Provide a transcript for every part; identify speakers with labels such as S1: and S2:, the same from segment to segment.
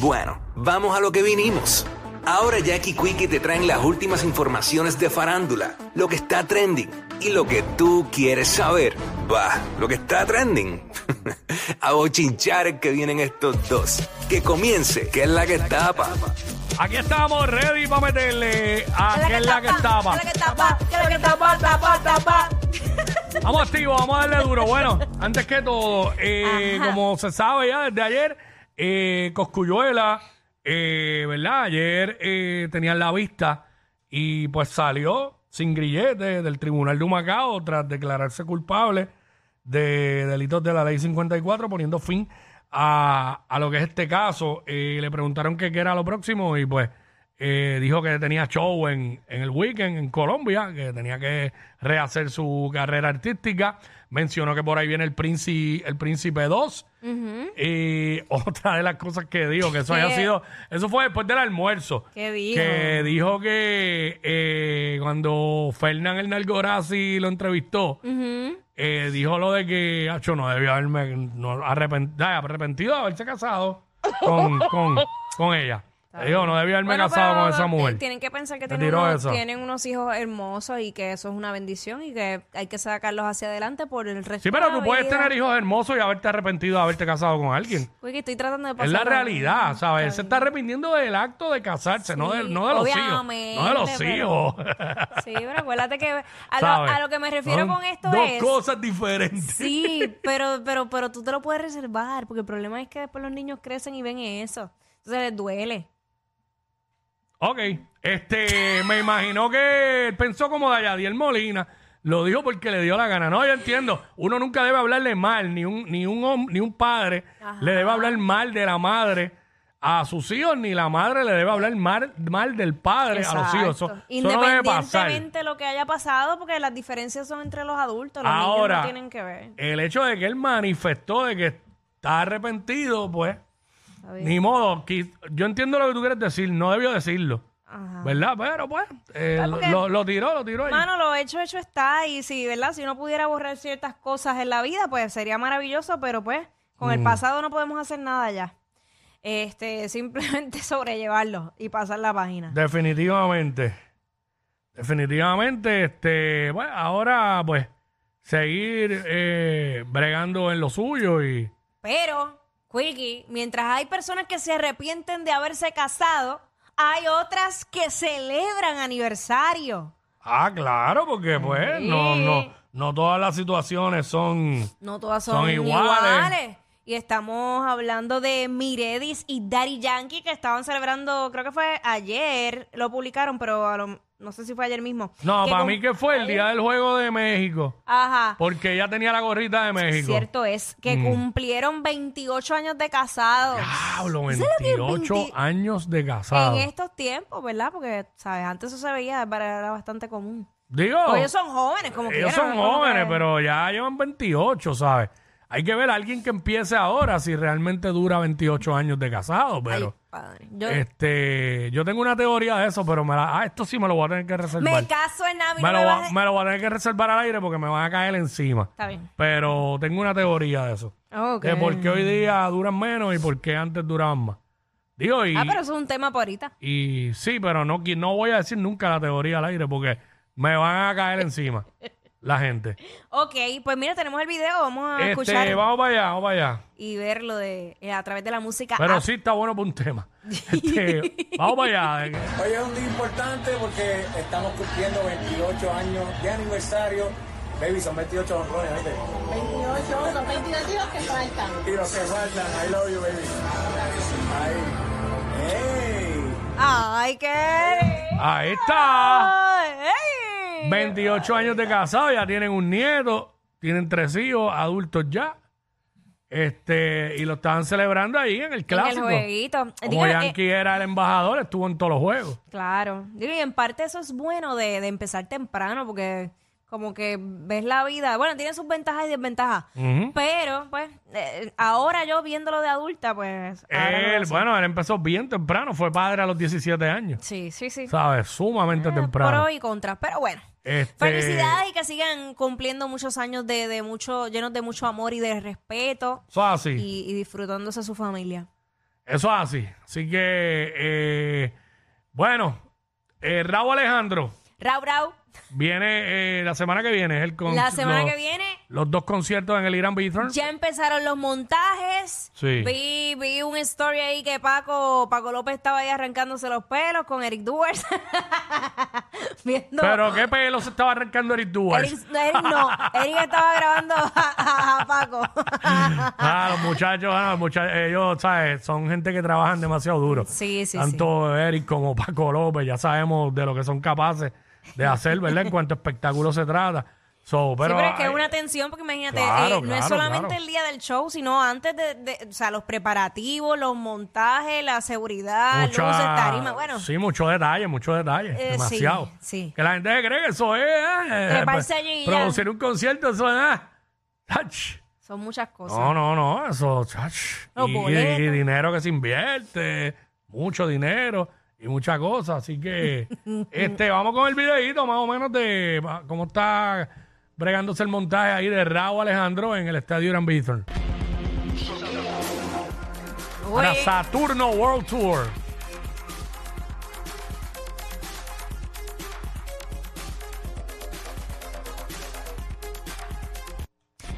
S1: Bueno, vamos a lo que vinimos. Ahora Jackie Quickie te traen las últimas informaciones de farándula, lo que está trending y lo que tú quieres saber. Va, lo que está trending. a bochinchar que vienen estos dos. Que comience, que es la que tapa.
S2: Aquí estamos, ready para meterle a Ah, que es la que estaba.
S3: que tapa, que la que tapa, tapa, tapa.
S2: Vamos activos, vamos a darle duro. Bueno, antes que todo, eh,
S3: Ajá.
S2: como se sabe ya desde ayer, eh, Cosculluela, eh, ¿verdad? Ayer eh, tenían la vista y pues salió sin grillete del Tribunal de Humacao tras declararse culpable de delitos de la Ley 54, poniendo fin a, a lo que es este caso. Eh, le preguntaron que qué era lo próximo y pues eh, dijo que tenía show en, en el weekend en Colombia, que tenía que rehacer su carrera artística. Mencionó que por ahí viene el Príncipe, el príncipe 2. Y otra de las cosas que dijo, que eso haya
S3: ¿Qué?
S2: sido, eso fue después del almuerzo.
S3: ¿Qué dijo?
S2: Que dijo que eh, cuando Fernán el Nargorazi lo entrevistó, eh, dijo lo de que Acho no debió haberme no, arrepen- ay, arrepentido de haberse casado con, con, con ella. Dijo, no debía haberme
S3: Bueno,
S2: casado
S3: pero
S2: con esa mujer.
S3: ti- Tienen que pensar que
S2: Te
S3: tienen
S2: tiró
S3: unos,
S2: eso.
S3: tienen unos hijos hermosos y que eso es una bendición y que hay que sacarlos hacia adelante por el resto
S2: Sí,
S3: de
S2: pero
S3: la
S2: tú puedes
S3: vida.
S2: tener hijos hermosos y haberte arrepentido de haberte casado con alguien.
S3: Uy, que estoy tratando de pasar
S2: Es la realidad, ¿sabes? Él se está arrepintiendo del acto de casarse, no, de, no de los hijos. No de los
S3: obviamente,
S2: hijos.
S3: Sí, pero acuérdate que a lo,
S2: ¿Sabes?
S3: a lo que me refiero
S2: Son
S3: con esto
S2: dos
S3: es...
S2: cosas diferentes.
S3: Sí, pero, pero, pero tú te lo puedes reservar porque el problema es que después los niños crecen y ven eso. Entonces les duele.
S2: Ok, este, me imagino que él pensó como Dayadiel Molina. Lo dijo porque le dio la gana. No, yo entiendo. Uno nunca debe hablarle mal, ni un, ni un, hom- ni un padre
S3: Ajá.
S2: le debe hablar mal de la madre a sus hijos, ni la madre le debe hablar mal, mal del padre a los hijos. Eso,
S3: Exacto.
S2: eso no debe pasar.
S3: Independientemente de lo que haya pasado, porque las diferencias son entre los adultos, los
S2: Ahora,
S3: niños no tienen que ver.
S2: El hecho de que él manifestó de que está arrepentido, pues,
S3: Está bien.
S2: ni modo. Qui- Yo entiendo lo que tú quieres decir, no debió decirlo,
S3: Ajá.
S2: ¿verdad? Pero pues, eh,
S3: Pues, porque-
S2: lo, lo tiró, lo tiró ahí.
S3: Mano, lo hecho, hecho está. Y si, ¿verdad? Si uno pudiera borrar ciertas cosas en la vida, pues sería maravilloso, pero pues con el pasado no podemos hacer nada ya. Este, simplemente sobrellevarlo y pasar la página.
S2: Definitivamente. Definitivamente, este, bueno, ahora pues seguir eh, bregando en lo suyo y
S3: Pero, Quickie, mientras hay personas que se arrepienten de haberse casado, hay otras que celebran aniversario.
S2: ah, claro, porque pues no no no todas las situaciones son
S3: No todas son,
S2: Son iguales.
S3: iguales. Y estamos hablando de Miredis y Daddy Yankee que estaban celebrando, creo que fue ayer, lo publicaron, pero a lo- no sé si fue ayer mismo.
S2: No, para
S3: con-
S2: mí que fue el día del juego de México,
S3: Ajá.
S2: porque ella tenía la gorrita de México.
S3: Cierto es que
S2: Mm.
S3: cumplieron 28 años de casados.
S2: Diablo,
S3: ¿Sabes lo que es
S2: 28
S3: 20?
S2: años de
S3: En este
S2: casado.
S3: estos tiempos, ¿verdad? Porque, ¿sabes? Antes eso se veía, pero era bastante común.
S2: Digo,
S3: Pero ellos son jóvenes, como
S2: Ellos
S3: quieran,
S2: son
S3: como que-
S2: jóvenes, pero ya llevan 28, ¿sabes? Hay que ver a alguien que empiece ahora si realmente dura 28 años de casado,
S3: Ay,
S2: pero
S3: padre. Yo
S2: este, yo tengo una teoría de eso, pero me la, ah, esto sí me lo voy a tener que reservar.
S3: me caso en Navidad.
S2: Me lo, va- me lo voy a tener que reservar al aire porque me van a caer encima.
S3: Está bien.
S2: Pero tengo una teoría de eso.
S3: Ok. Ah,
S2: De por qué hoy día duran menos y por qué antes duraban más. Digo, y,
S3: Ah, pero eso es un tema para ahorita.
S2: y sí, pero no, qui- no voy a decir nunca la teoría al aire porque me van a caer encima la gente.
S3: Ok, pues mira, tenemos el video, vamos a
S2: Este,
S3: escuchar
S2: vamos para allá, vamos para allá.
S3: y verlo de, eh, a través de la música.
S2: Pero
S3: Ah,
S2: sí está bueno para un tema. Este, vamos para allá.
S4: Hoy es un día importante porque estamos cumpliendo 28 años de aniversario. Baby, son 28 honrones, ¿viste?
S5: 28, los 22 días que faltan.
S4: Y los que faltan, I love you, baby. Ay. ¡Ey!
S3: ¡Ay, qué!
S2: Ahí está.
S3: ¡Ay!
S2: 28 años de casado, ya tienen un nieto, tienen tres hijos, adultos ya. Este, y lo estaban celebrando ahí en el
S3: En el
S2: clásico.
S3: jueguito.
S2: Como
S3: Digo, eh,
S2: Yankee era el embajador, estuvo en todos los juegos.
S3: Claro. Digo, y en parte eso es bueno de, de empezar temprano, porque como que ves la vida. Bueno, tiene sus ventajas y desventajas. Pero, pues, eh, ahora yo viéndolo de adulta, pues. ahora lo veo
S2: Él,
S3: así.
S2: bueno, él empezó bien temprano, fue padre a los 17 años.
S3: Sí, Ah, sí, sí.
S2: ¿Sabes? Sumamente temprano.
S3: Pro Mm, y contra. Pero bueno.
S2: Este-
S3: Felicidades y que sigan cumpliendo muchos años de, de mucho, llenos de mucho amor y de respeto
S2: Eso es así.
S3: y, y disfrutándose su familia.
S2: Eso es así. Así que, eh, bueno, eh, Raúl Alejandro
S3: Rau, Rau,
S2: viene eh, la semana que viene. es el con-
S3: la semana
S2: los-
S3: que viene
S2: Los dos conciertos en el Irán Bithorn.
S3: Ya empezaron los montajes.
S2: Sí.
S3: Vi, vi un story ahí que Paco, Paco López estaba ahí arrancándose los pelos con Eric Duers. Viendo.
S2: Pero qué pelo se estaba arrancando Eric Duarte.
S3: Eric, Eric no, Eric estaba grabando a, a- a Paco.
S2: Ah, los muchachos, ah, los muchachos, ellos, ¿sabes? Son gente que trabajan demasiado duro.
S3: Sí, sí,
S2: Tanto Eric como Paco López, ya sabemos de lo que son capaces de hacer, ¿verdad? en cuanto a espectáculo se trata. So,
S3: Sí,
S2: pero,
S3: pero es que es
S2: ay,
S3: una tensión porque imagínate,
S2: Claro,
S3: eh, no es
S2: claro,
S3: solamente
S2: claro.
S3: el día del show, sino antes de, de- o sea, los preparativos, los montajes, la seguridad,
S2: mucha-
S3: luces, tarima, bueno.
S2: Sí, mucho detalle, mucho detalle.
S3: Eh,
S2: demasiado.
S3: sí, sí.
S2: Que la gente se cree que eso es. eh,
S3: Treparse
S2: eh,
S3: allí y ya.
S2: producir un concierto, eso es. ah, ach.
S3: Son muchas cosas.
S2: No, no, no, eso, chach.
S3: Los
S2: Y,
S3: boletos.
S2: y dinero que se invierte, mucho dinero y muchas cosas. Así que, este, vamos con el videito más o menos de pa- cómo está bregándose el montaje ahí de Raúl Alejandro en el estadio Irán Bithorn.
S3: Uy,
S2: Para Saturno World Tour.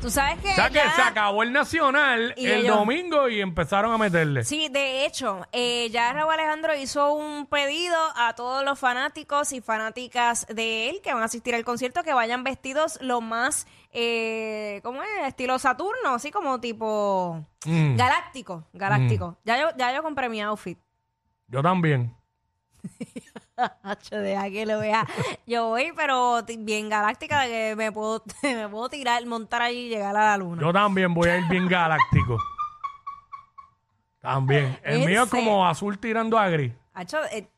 S3: Tú sabes que
S2: O sea que
S3: ya-
S2: se acabó el Nacional
S3: Y
S2: el
S3: ellos-
S2: domingo y empezaron a meterle.
S3: Sí, de hecho, eh, ya Raúl Alejandro hizo un pedido a todos los fanáticos y fanáticas de él que van a asistir al concierto que vayan vestidos lo más, eh, ¿cómo es? Estilo Saturno, así como tipo
S2: Mm,
S3: galáctico, galáctico. Ya, yo, ya yo compré mi outfit.
S2: yo también.
S3: Hacho, deja que lo vea. Yo voy, pero ti- bien galáctica, de que me puedo, me puedo tirar, montar allí y llegar a la luna.
S2: Yo también voy a ir bien galáctico. También. El
S3: En
S2: mío es
S3: serio.
S2: como azul tirando a gris.
S3: Hacho, eh,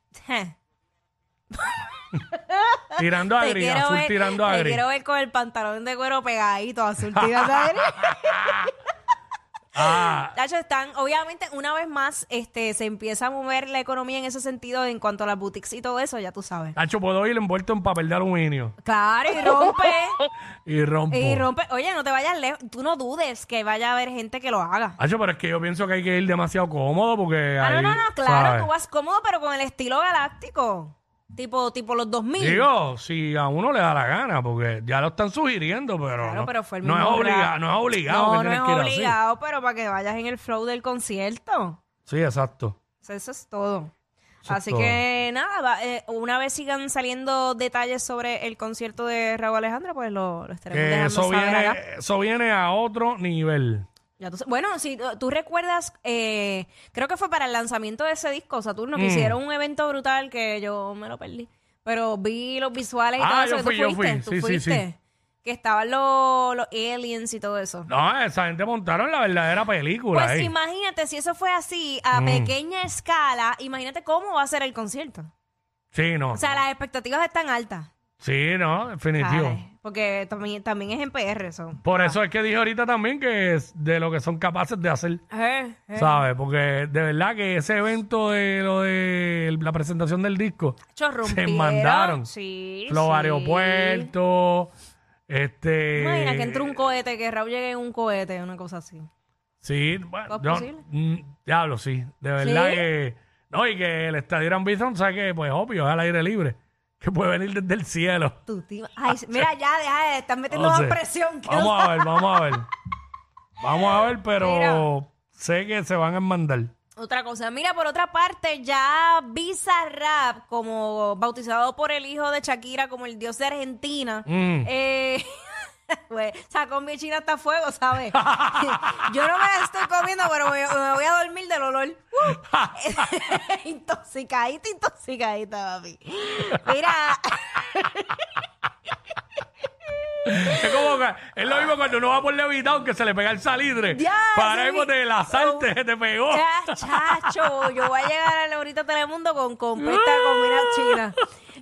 S2: Tirando a
S3: Te
S2: gris,
S3: quiero
S2: azul
S3: ver-
S2: tirando a
S3: te
S2: gris.
S3: quiero ver con el pantalón de cuero pegadito, azul tirando a gris.
S2: Ah,
S3: Nacho, están, obviamente, una vez más, este, se empieza a mover la economía en ese sentido en cuanto a las boutiques y todo eso, ya tú sabes.
S2: Nacho, puedo ir envuelto en papel de aluminio.
S3: Claro, y rompe,
S2: Y rompo.
S3: y rompe. Oye, no te vayas lejos, tú no dudes que vaya a haber gente que lo haga.
S2: Nacho, pero es que yo pienso que hay que ir demasiado cómodo porque.
S3: Ah, no,
S2: ahí,
S3: no, no, claro,
S2: ¿sabes?
S3: tú vas cómodo, pero con el estilo galáctico. Tipo, tipo los 2000.
S2: Digo, si a uno le da la gana, porque ya lo están sugiriendo, pero.
S3: Claro,
S2: no,
S3: pero fue el
S2: no
S3: mismo
S2: es obligado,
S3: rap.
S2: no es obligado
S3: No,
S2: que
S3: no es
S2: tienes que ir
S3: obligado, pero para que vayas en el flow del concierto.
S2: así. Sí, exacto.
S3: O sea, eso es todo.
S2: Eso es
S3: Así
S2: todo.
S3: que nada, va- eh, una vez sigan saliendo detalles sobre el concierto de Raúl Alejandro, pues lo, lo estaremos
S2: Que
S3: dejando
S2: eso
S3: saber
S2: viene,
S3: acá.
S2: eso viene a otro nivel.
S3: Ya tú sa- bueno, si tú- tú recuerdas, eh, creo que fue para el lanzamiento de ese disco, Saturno, que
S2: Mm.
S3: hicieron un evento brutal que yo me lo perdí. Pero vi los visuales y
S2: Ah,
S3: todo eso.
S2: yo
S3: que
S2: fui,
S3: tú
S2: yo
S3: fuiste,
S2: fui.
S3: tú
S2: Sí, sí, sí.
S3: fuiste. Que estaban los, los aliens y todo eso.
S2: No, esa gente montaron la verdadera película.
S3: pues
S2: ahí. Mm.
S3: imagínate, si eso fue así, a pequeña escala, imagínate cómo va a ser el concierto.
S2: Sí, no.
S3: O sea, las expectativas están altas.
S2: sí, no, definitivo.
S3: Ay, porque también, también es en PR eso.
S2: Por eso es que dije ahorita también que es de lo que son capaces de hacer.
S3: Eh, eh.
S2: ¿Sabes? Porque de verdad que ese evento de lo de la presentación del disco,
S3: Chos, rompieron.
S2: mandaron.
S3: Sí,
S2: los
S3: sí.
S2: aeropuertos, este.
S3: Imagina que entre un cohete, que Raúl llegue en un cohete, una cosa así.
S2: Sí, bueno,
S3: ¿Todo es
S2: yo-
S3: posible?
S2: mm, diablo, sí. De verdad
S3: ¿Sí?
S2: que. No, y que el estadio Irán Bison, ¿sabes que Pues obvio, es al aire libre. Que puede venir desde el cielo.
S3: Tú, tío. Ay, mira, ya, deja de estar metiendo
S2: No
S3: más
S2: sé.
S3: presión. que
S2: Ah, Vamos
S3: no-
S2: a ver, vamos a ver. Vamos a ver, pero
S3: Mira.
S2: sé que se van a mandar.
S3: Otra cosa. Mira, por otra parte, ya Bizarrap, como bautizado por el hijo de Shakira como el dios de Argentina,
S2: Mm.
S3: eh, pues, sacó mi china hasta fuego, ¿sabes? Yo no me la estoy comiendo, pero me, me voy a dormir del olor. Uh. intoxicadita, intoxicadita, papi. Mira.
S2: Es como que es lo mismo cuando uno va por levitado que se le pega el salitre.
S3: Ya,
S2: Para
S3: sí. Oh.
S2: ahí de la salte se te pegó.
S3: Ya, chacho, yo voy a llegar a la horita Telemundo con completa comida china.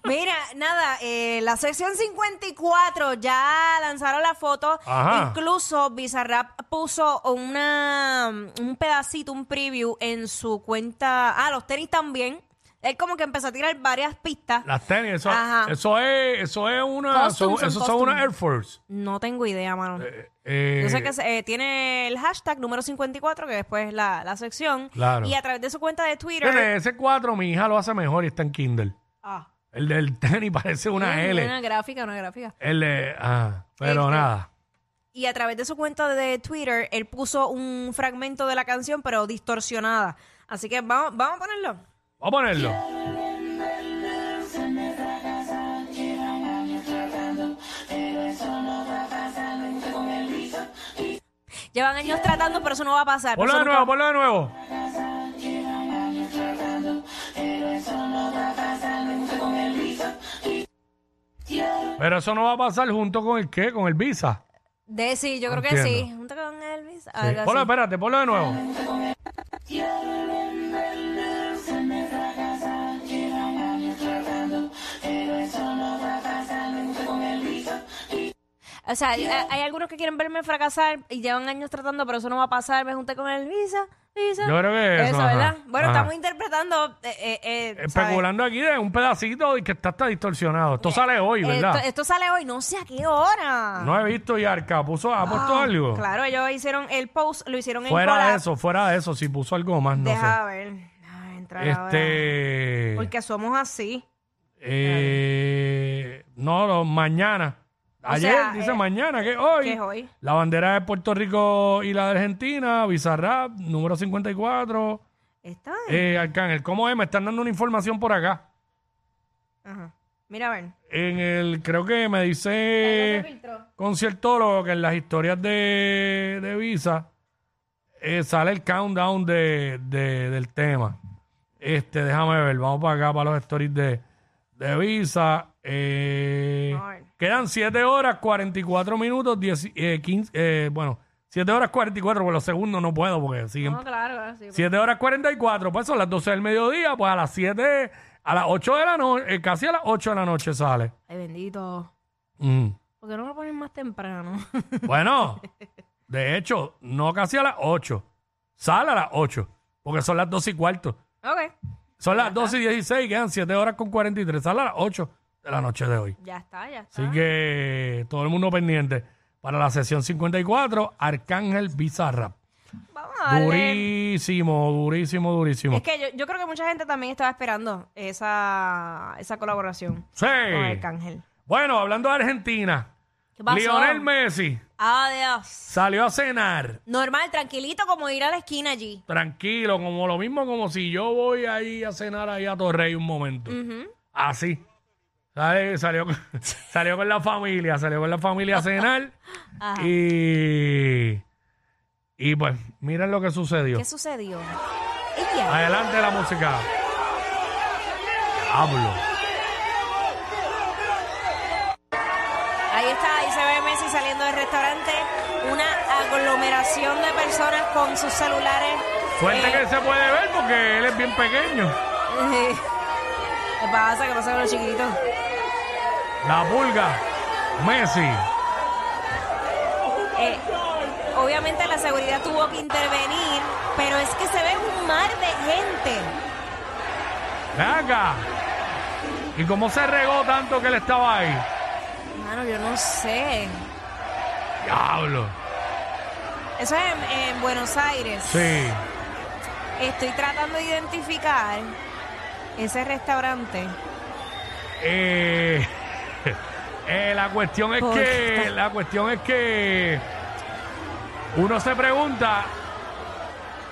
S3: Mira, nada, eh, la sección 54 ya lanzaron la foto.
S2: Ajá.
S3: Incluso Bizarrap puso una un pedacito, un preview en su cuenta. Ah, los tenis también. Él como que empezó a tirar varias pistas.
S2: Las tenis, eso,
S3: Ajá.
S2: eso es, eso es una,
S3: Custom,
S2: son-
S3: son
S2: eso son
S3: custom.
S2: una Air Force.
S3: No tengo idea, mano.
S2: Eh,
S3: Yo sé que se- eh, tiene el hashtag número 54, que después es la, la sección.
S2: Claro.
S3: Y a través de su cuenta de Twitter.
S2: fíjate, ese 4 mi hija lo hace mejor y está en Kindle.
S3: Ah.
S2: El del tenis parece una
S3: Bien,
S2: L.
S3: Una gráfica, una gráfica.
S2: El de- ah, pero
S3: Este.
S2: nada.
S3: Y a través de su cuenta de Twitter, él puso un fragmento de la canción, pero distorsionada. Así que vamos, vamos a ponerlo.
S2: Vamos a ponerlo.
S3: Llevan años tratando, pero eso no va a pasar.
S2: Ponlo
S3: Eso
S2: de
S3: nunca
S2: nuevo,
S3: va-
S2: ponlo de nuevo. Pero eso no va a pasar junto con el qué, con el visa.
S3: De sí, yo creo que
S2: Entiendo.
S3: sí. Junto con Elvis.
S2: Sí.
S3: algo así.
S2: Ponlo, espérate, ponlo de nuevo.
S3: O sea, hay, hay algunos que quieren verme fracasar y llevan años tratando, pero eso no va a pasar. Me junté con Elvisa. Elvisa.
S2: Yo creo que eso, ajá.
S3: ¿verdad? Bueno,
S2: Ajá.
S3: estamos interpretando. eh, eh, eh, ¿sabes?
S2: Especulando aquí de un pedacito y que está hasta distorsionado. Esto sale hoy, ¿verdad?
S3: Esto, esto sale hoy, no sé a qué hora. Ah,
S2: No he visto y Arca puso, ha puesto algo.
S3: Claro, ellos hicieron el post, lo hicieron en
S2: Fuera de
S3: collab.
S2: eso, fuera de eso, si puso algo más, no
S3: Deja ver. Déjame entrar
S2: sé.
S3: ahora.
S2: Este.
S3: Porque somos así.
S2: Eh, no, no, mañana.
S3: O
S2: Ayer,
S3: sea,
S2: dice
S3: eh,
S2: mañana, que hoy.
S3: que es hoy.
S2: La bandera de Puerto Rico y la de Argentina, Bizarrap, número 54.
S3: Está.
S2: Eh, Arcángel, ¿cómo es? Me están dando una información por acá. Eh,
S3: Ajá. Mira, a ver.
S2: En el, creo que me dice conciertólogo que en las historias de, de Visa eh, sale el countdown de, de- del tema. Este, déjame ver, vamos para acá para los stories de, de Visa. Eh,
S3: A ver.
S2: quedan 7 horas 44 minutos, 10, eh, 15, eh, bueno, 7 horas 44, por los segundos no puedo porque siguen
S3: No, claro, claro, sí.
S2: 7 horas 44, pues son las 12 del mediodía, pues a las 7, a las 8 de la noche, casi a las 8 de la noche sale.
S3: Ay, bendito.
S2: Mm.
S3: ¿Por qué no lo ponen más temprano?
S2: Bueno, de hecho, no casi a las 8, sale a las 8, porque son las 12 y cuarto.
S3: ok.
S2: Son las 12 y 16, quedan 7 horas con 43, sale a las 8 de la noche de hoy.
S3: Ya está, ya está.
S2: Así que todo el mundo pendiente para la sesión 54, Arcángel Bizarra.
S3: Vamos a darle.
S2: Durísimo, durísimo, durísimo.
S3: Es que yo, yo creo que mucha gente también estaba esperando esa, esa colaboración
S2: Sí.
S3: con Arcángel.
S2: Bueno, hablando de Argentina,
S3: ¿Qué pasó?
S2: Lionel Messi
S3: Adiós.
S2: salió a cenar.
S3: Normal, tranquilito, como ir a la esquina allí.
S2: Tranquilo, como lo mismo como si yo voy ahí a cenar ahí a Torrey un momento. Así. Sale- Salió, con- salió con la familia, salió con la familia a cenar. y, y pues, miren lo que sucedió.
S3: ¿Qué sucedió? Ella.
S2: Adelante la música. Hablo.
S3: Ahí está, ahí se ve Messi saliendo del restaurante. Una aglomeración de personas con sus celulares.
S2: Suerte
S3: Eh,
S2: que se puede ver porque él es bien pequeño.
S3: ¿Qué pasa? ¿Qué pasa con los chiquititos?
S2: La pulga. Messi.
S3: Eh, obviamente la seguridad tuvo que intervenir, pero es que se ve un mar de gente.
S2: Venga. ¿Y cómo se regó tanto que él estaba ahí?
S3: Mano, yo no sé.
S2: Diablo.
S3: Eso es en, en Buenos Aires.
S2: Sí.
S3: Estoy tratando de identificar ese restaurante.
S2: Eh, eh, la cuestión es
S3: ¿Por
S2: que.
S3: qué?
S2: La cuestión es que. Uno se pregunta.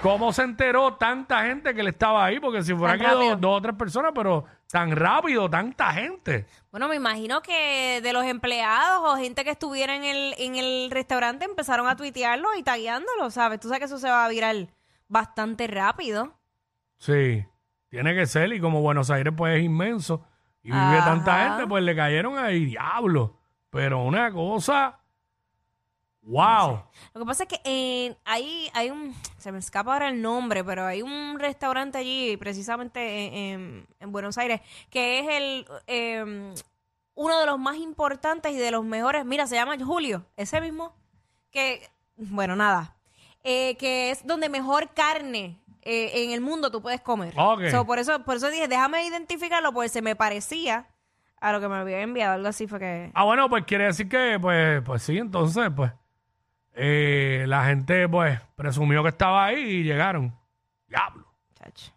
S2: ¿Cómo se enteró tanta gente que le estaba ahí? Porque si fuera
S3: Tan
S2: que do-
S3: rápido.
S2: dos, o tres personas, pero tan rápido, tanta gente.
S3: Bueno, me imagino que de los empleados o gente que estuviera en el, en el restaurante empezaron a tuitearlo y tagueándolo, ¿sabes? Tú sabes que eso se va a virar bastante rápido.
S2: Sí. Tiene que ser. Y como Buenos Aires, pues es inmenso. Y vive tanta
S3: Ajá.
S2: gente, pues le cayeron ahí. Diablo. Pero una cosa. ¡Wow!
S3: Lo que pasa es que en- ahí hay un, se me escapa ahora el nombre, pero hay un restaurante allí, precisamente en, en- en Buenos Aires, que es el eh, uno de los más importantes y de los mejores. Mira, se llama Julio, ese mismo, que, bueno, nada, eh, que es donde mejor carne eh, en el mundo tú puedes comer.
S2: Ah, Ok.
S3: So, por eso, por eso dije, déjame identificarlo, porque se me parecía a lo que me había enviado, algo así fue que.
S2: Ah, bueno, pues quiere decir que, pues, pues sí, entonces, pues. eh, la gente, pues, presumió que estaba ahí y llegaron. Diablo.
S3: Chacho.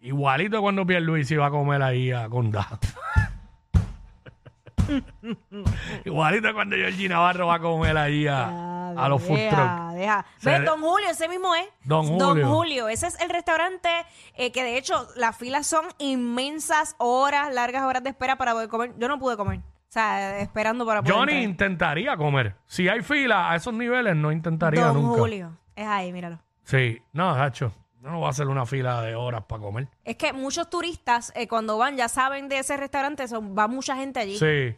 S2: Igualito cuando Pierluisi iba a comer ahí a Condado. Igualito cuando Georgie Navarro va a comer ahí a, a los food
S3: Ah, deja,
S2: trucks.
S3: deja.
S2: Se
S3: Ve,
S2: le-
S3: Don Julio, ese mismo es.
S2: Don Julio.
S3: Ese es el restaurante eh, que, de hecho, las filas son inmensas, horas, largas horas de espera para poder comer. Yo no pude comer. O sea, esperando para poder
S2: Johnny
S3: entrar.
S2: intentaría comer. Si hay fila a esos niveles, no intentaría
S3: Don
S2: nunca.
S3: Julio. Es ahí, míralo.
S2: Sí, no, Hacho. Yo no voy a hacer una fila de horas para comer.
S3: Es que muchos turistas, eh, cuando van, ya saben de ese restaurante, son, va mucha gente allí.
S2: Sí.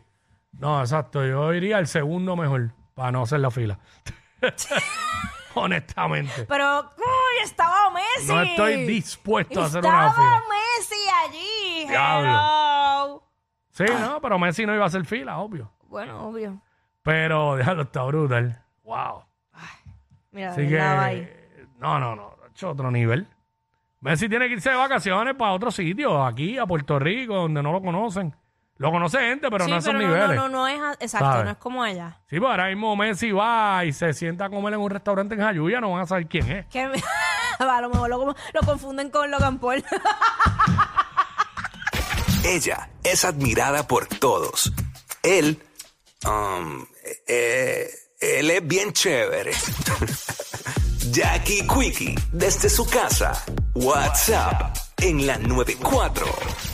S2: No, exacto. Yo iría al segundo mejor para no hacer la fila. Honestamente.
S3: Pero, ¡uy! Estaba Messi.
S2: No estoy dispuesto a hacer
S3: Estaba
S2: una fila.
S3: Messi allí.
S2: Diablo.
S3: Hello.
S2: Sí, no, pero Messi no iba a hacer fila, obvio.
S3: Bueno, obvio.
S2: Pero déjalo, está brutal. Wow.
S3: Mira,
S2: Así que.
S3: estaba ahí.
S2: No, no, no. Es otro nivel. Messi tiene que irse de vacaciones para otro sitio, aquí, a Puerto Rico, donde no lo conocen. Lo conoce gente, pero
S3: sí,
S2: no a esos
S3: pero no,
S2: niveles.
S3: No, no, no es a- exacto,
S2: ¿Sabes?
S3: no es como allá.
S2: Sí, pero ahora mismo Messi va y se sienta a comer en un restaurante en Jayuya, no van a saber quién es.
S3: Que a lo mejor lo, lo confunden con Logan Paul.
S1: Ella es admirada por todos. Él, um, eh, él es bien chévere. Jackie Quickie, desde su casa. WhatsApp, en la 94.